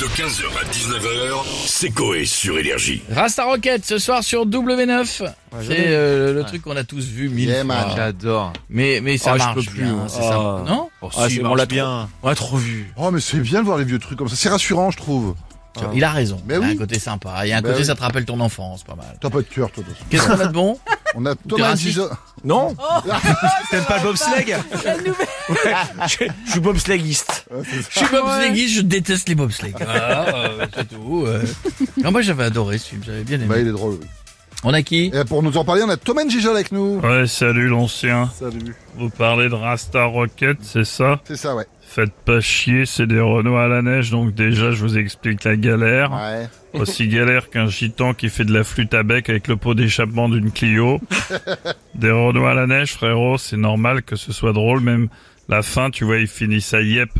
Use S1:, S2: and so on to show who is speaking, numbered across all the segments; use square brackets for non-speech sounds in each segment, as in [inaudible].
S1: De 15h à 19h, c'est Coé sur Énergie.
S2: Rasta Rocket ce soir sur W9. c'est euh, le truc qu'on a tous vu mille fois.
S3: Yeah, man.
S4: J'adore.
S2: Mais mais ça
S4: Oh, je
S2: marche
S4: peux plus,
S2: bien,
S4: hein,
S2: c'est
S4: oh.
S2: ça. Non
S4: Ah,
S2: si,
S4: c'est-
S2: il
S4: on
S2: marche
S4: l'a bien. On l'a trop vu.
S3: Oh, mais c'est bien de voir les vieux trucs comme ça. C'est rassurant, je trouve.
S2: trop. Il a raison.
S3: Mais
S2: il y a un
S3: oui.
S2: côté sympa. Il y a un
S3: Bah
S2: côté
S3: oui.
S2: ça te rappelle ton enfance, pas mal.
S3: T'as pas de cœur, toi. de toute façon.
S2: Qu'est-ce qu'on a de bon
S3: On a Thomas
S2: raciste
S3: Gizo.
S4: Non T'aimes pas le bobsleigh Ouais, je, je suis bobsleighyste.
S2: Je suis bobsleighyste, je déteste les bobsleighs. Voilà, euh, c'est tout. euh. Non, moi j'avais adoré ce film, j'avais bien
S3: Bah,
S2: aimé.
S3: il est drôle, oui.
S2: On a qui
S3: Et pour nous en parler, on a Thomas Gijol avec nous.
S5: Ouais, salut l'ancien. Vous parlez de Rasta Rocket, c'est ça
S3: C'est ça, ouais.
S5: Faites pas chier, c'est des Renault à la neige, donc déjà je vous explique la galère.
S3: Ouais.
S5: Aussi galère qu'un gitan qui fait de la flûte à bec avec le pot d'échappement d'une
S3: [laughs]
S5: Clio. Des Renault à la neige, frérot, c'est normal que ce soit drôle, même la fin, tu vois, il finit ça yep.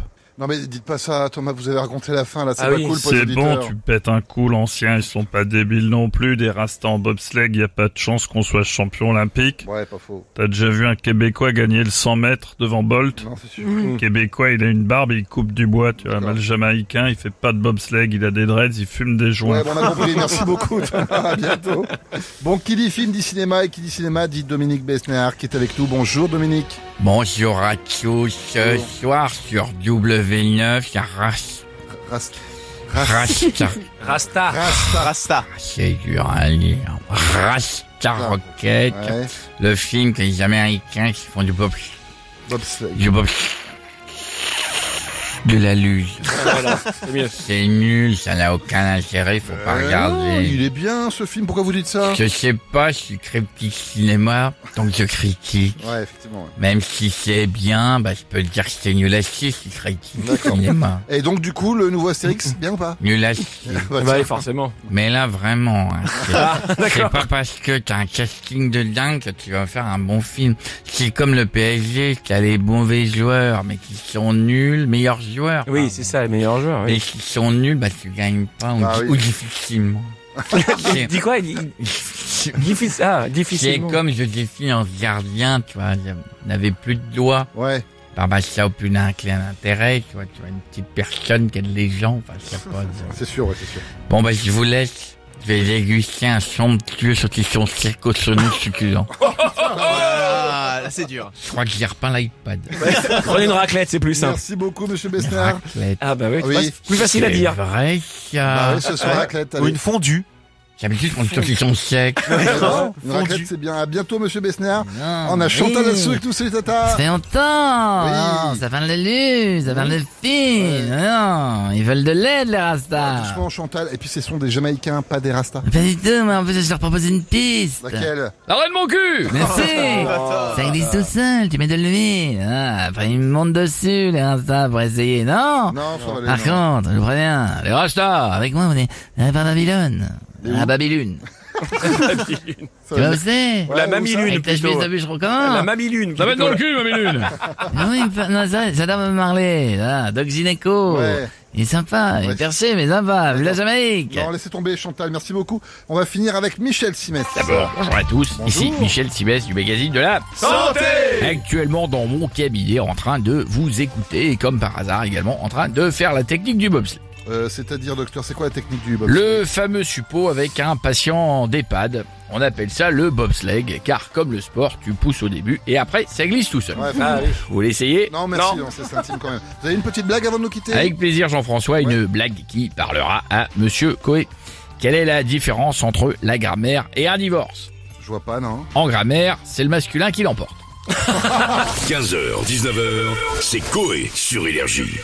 S3: Non, mais dites pas ça, Thomas, vous avez raconté la fin, là. C'est
S4: Ah
S3: pas
S4: oui,
S3: cool pour les
S5: C'est bon,
S3: auditeurs.
S5: tu pètes un coup, l'ancien, ils sont pas débiles non plus, des Rasta en bobsleigh, y a pas de chance qu'on soit champion olympique.
S3: Ouais, pas faux.
S5: T'as déjà vu un Québécois gagner le 100 mètres devant Bolt
S3: Non, c'est sûr.
S5: Québécois, il a une barbe, il coupe du bois, tu vois.
S3: Mm. D'accord.
S5: Mal jamaïcain, il fait pas de bobsleigh, il a des dreads, il fume des joints.
S3: Ouais, bon, on a compris. Merci beaucoup, Thomas. À bientôt. Bon, qui dit film dit cinéma et qui dit cinéma dit Dominique Besnard qui est avec nous. Bonjour, Dominique.
S2: Bonjour à tous. Ce
S3: Bonjour.
S2: soir sur W9, il y a Ras-
S3: Rast.
S2: Rasta.
S4: Rasta.
S3: Rasta.
S4: Rasta.
S2: C'est dur à lire. Rasta Rocket.
S3: Ouais.
S2: Le film que les Américains qui font du pop,
S3: Bobsleigh.
S2: du pop, de la luge.
S3: Ah,
S2: C'est nul, ça n'a aucun intérêt, faut pas
S3: Euh, non,
S2: regarder.
S3: il est bien, ce film. Pourquoi vous dites ça?
S2: Je sais pas, je suis critique cinéma, donc je critique.
S3: Ouais, effectivement. ouais.
S2: Même si c'est bien, bah, je peux dire que c'est nul à chier si je critique
S3: D'accord.
S2: cinéma.
S3: Et donc, du coup, le nouveau Astérix, bien ou pas?
S2: Nul à chier.
S3: Bah,
S4: Bah oui, forcément.
S2: Mais là, vraiment, hein, c'est- c'est pas parce que t'as un casting de dingue que tu vas faire un bon film. C'est comme le PSG, qui a les mauvais joueurs, mais qui sont nuls, meilleurs joueurs.
S4: Oui,
S2: pardon.
S4: c'est ça, le meilleur joueur.
S2: Et qui sont nuls, bah tu gagnes pas, ou,
S3: Bah
S2: di-
S3: oui.
S2: ou difficilement. [laughs] C'est-
S4: Dis quoi [laughs] il-
S2: c'est-
S4: il- difficile- ah,
S2: c'est
S4: difficilement.
S2: comme je défie en gardien, tu vois, je n'avais plus de doigts.
S3: Ouais.
S2: Barbacha au plus d'un clé d'intérêt, tu vois, tu vois, une petite personne qui a de légion, enfin, euh, je sais pas, je-
S3: C'est sûr, ouais, c'est sûr.
S2: Bon, bah, je vous laisse. Je vais déguster un somptueux saucisson circo-sonique succulent.
S4: Ah, là, c'est dur.
S2: Je crois que j'y repeins l'iPad.
S4: Prenez une raclette, c'est plus simple.
S3: Merci beaucoup, monsieur
S2: Une
S3: Besnard.
S2: raclette.
S4: Ah bah oui, tu
S3: Oui.
S4: vois, c'est plus facile à
S2: C'est
S4: dire.
S2: vrai, ça.
S3: Bah oui, ce soir, raclette. allez.
S4: fondue.
S2: J'habitude qu'on le saucisson sec.
S3: D'accord. [laughs] Une
S4: Fondu.
S3: raclette, c'est bien. À bientôt, monsieur Besnard.
S2: Ah,
S3: On a Chantal là-dessous avec tous les tatas.
S2: C'est longtemps.
S3: Oui.
S2: Ça vient de la lune, ça vient de le film. Non, ils veulent de l'aide, les rastas.
S3: Franchement, Ah, Chantal. Et puis, ce sont des Jamaïcains, pas des Rastas.
S2: Pas du tout, mais en plus, je leur propose une piste.
S3: Laquelle
S2: Arrête mon cul Merci Ça glisse tout seul, tu mets de l'huile. Ah, après, ils me montent dessus, les rastas, pour essayer, non
S3: Non, ça va aller.
S2: Par
S3: non.
S2: contre, je vous préviens, les rastas, avec moi, on est à Babylone. À
S3: [laughs]
S2: Babylone.
S3: Ça
S2: tu
S3: va
S2: vois où
S3: aller.
S2: c'est
S3: Ouais,
S4: La
S3: où
S4: mamie
S3: ça
S4: lune
S2: Avec ta
S4: plutôt.
S2: chemise de bûcheron, comment
S4: La mamie lune.
S5: Ça va être dans le cul, ma
S2: [laughs]
S5: minune
S2: Non, il fait- Ah non, ça, ça doit me marler. Là, Doc Gineco.
S3: Ouais.
S2: Il est sympa, il
S3: Ouais.
S2: est perché, mais sympa. Vu la Jamaïque.
S3: Non, laissez tomber, Chantal. Merci beaucoup. On va finir avec Michel Simès.
S2: D'abord, bonjour à tous, ici Michel Sibès du magazine de la Santé Actuellement dans mon cabinet en train de vous écouter et comme par hasard également en train de faire la technique du bobsleigh.
S3: Euh, C'est-à-dire, docteur, c'est quoi la technique du bob
S2: Le fameux suppôt avec un patient d'EHPAD, on appelle ça le bobsleigh car comme le sport, tu pousses au début et après ça glisse tout seul.
S3: Ouais,
S4: Ah, oui.
S2: Vous l'essayez
S3: Non, merci. Non, c'est intime quand même. Vous avez une petite blague avant de nous quitter
S2: Avec plaisir Jean-François, une blague qui parlera à Monsieur Coé. Quelle est la différence entre la grammaire et un divorce
S3: Je vois pas, non
S2: En grammaire, c'est le masculin qui l'emporte.
S1: 15h, 19h, c'est Coé sur Énergie.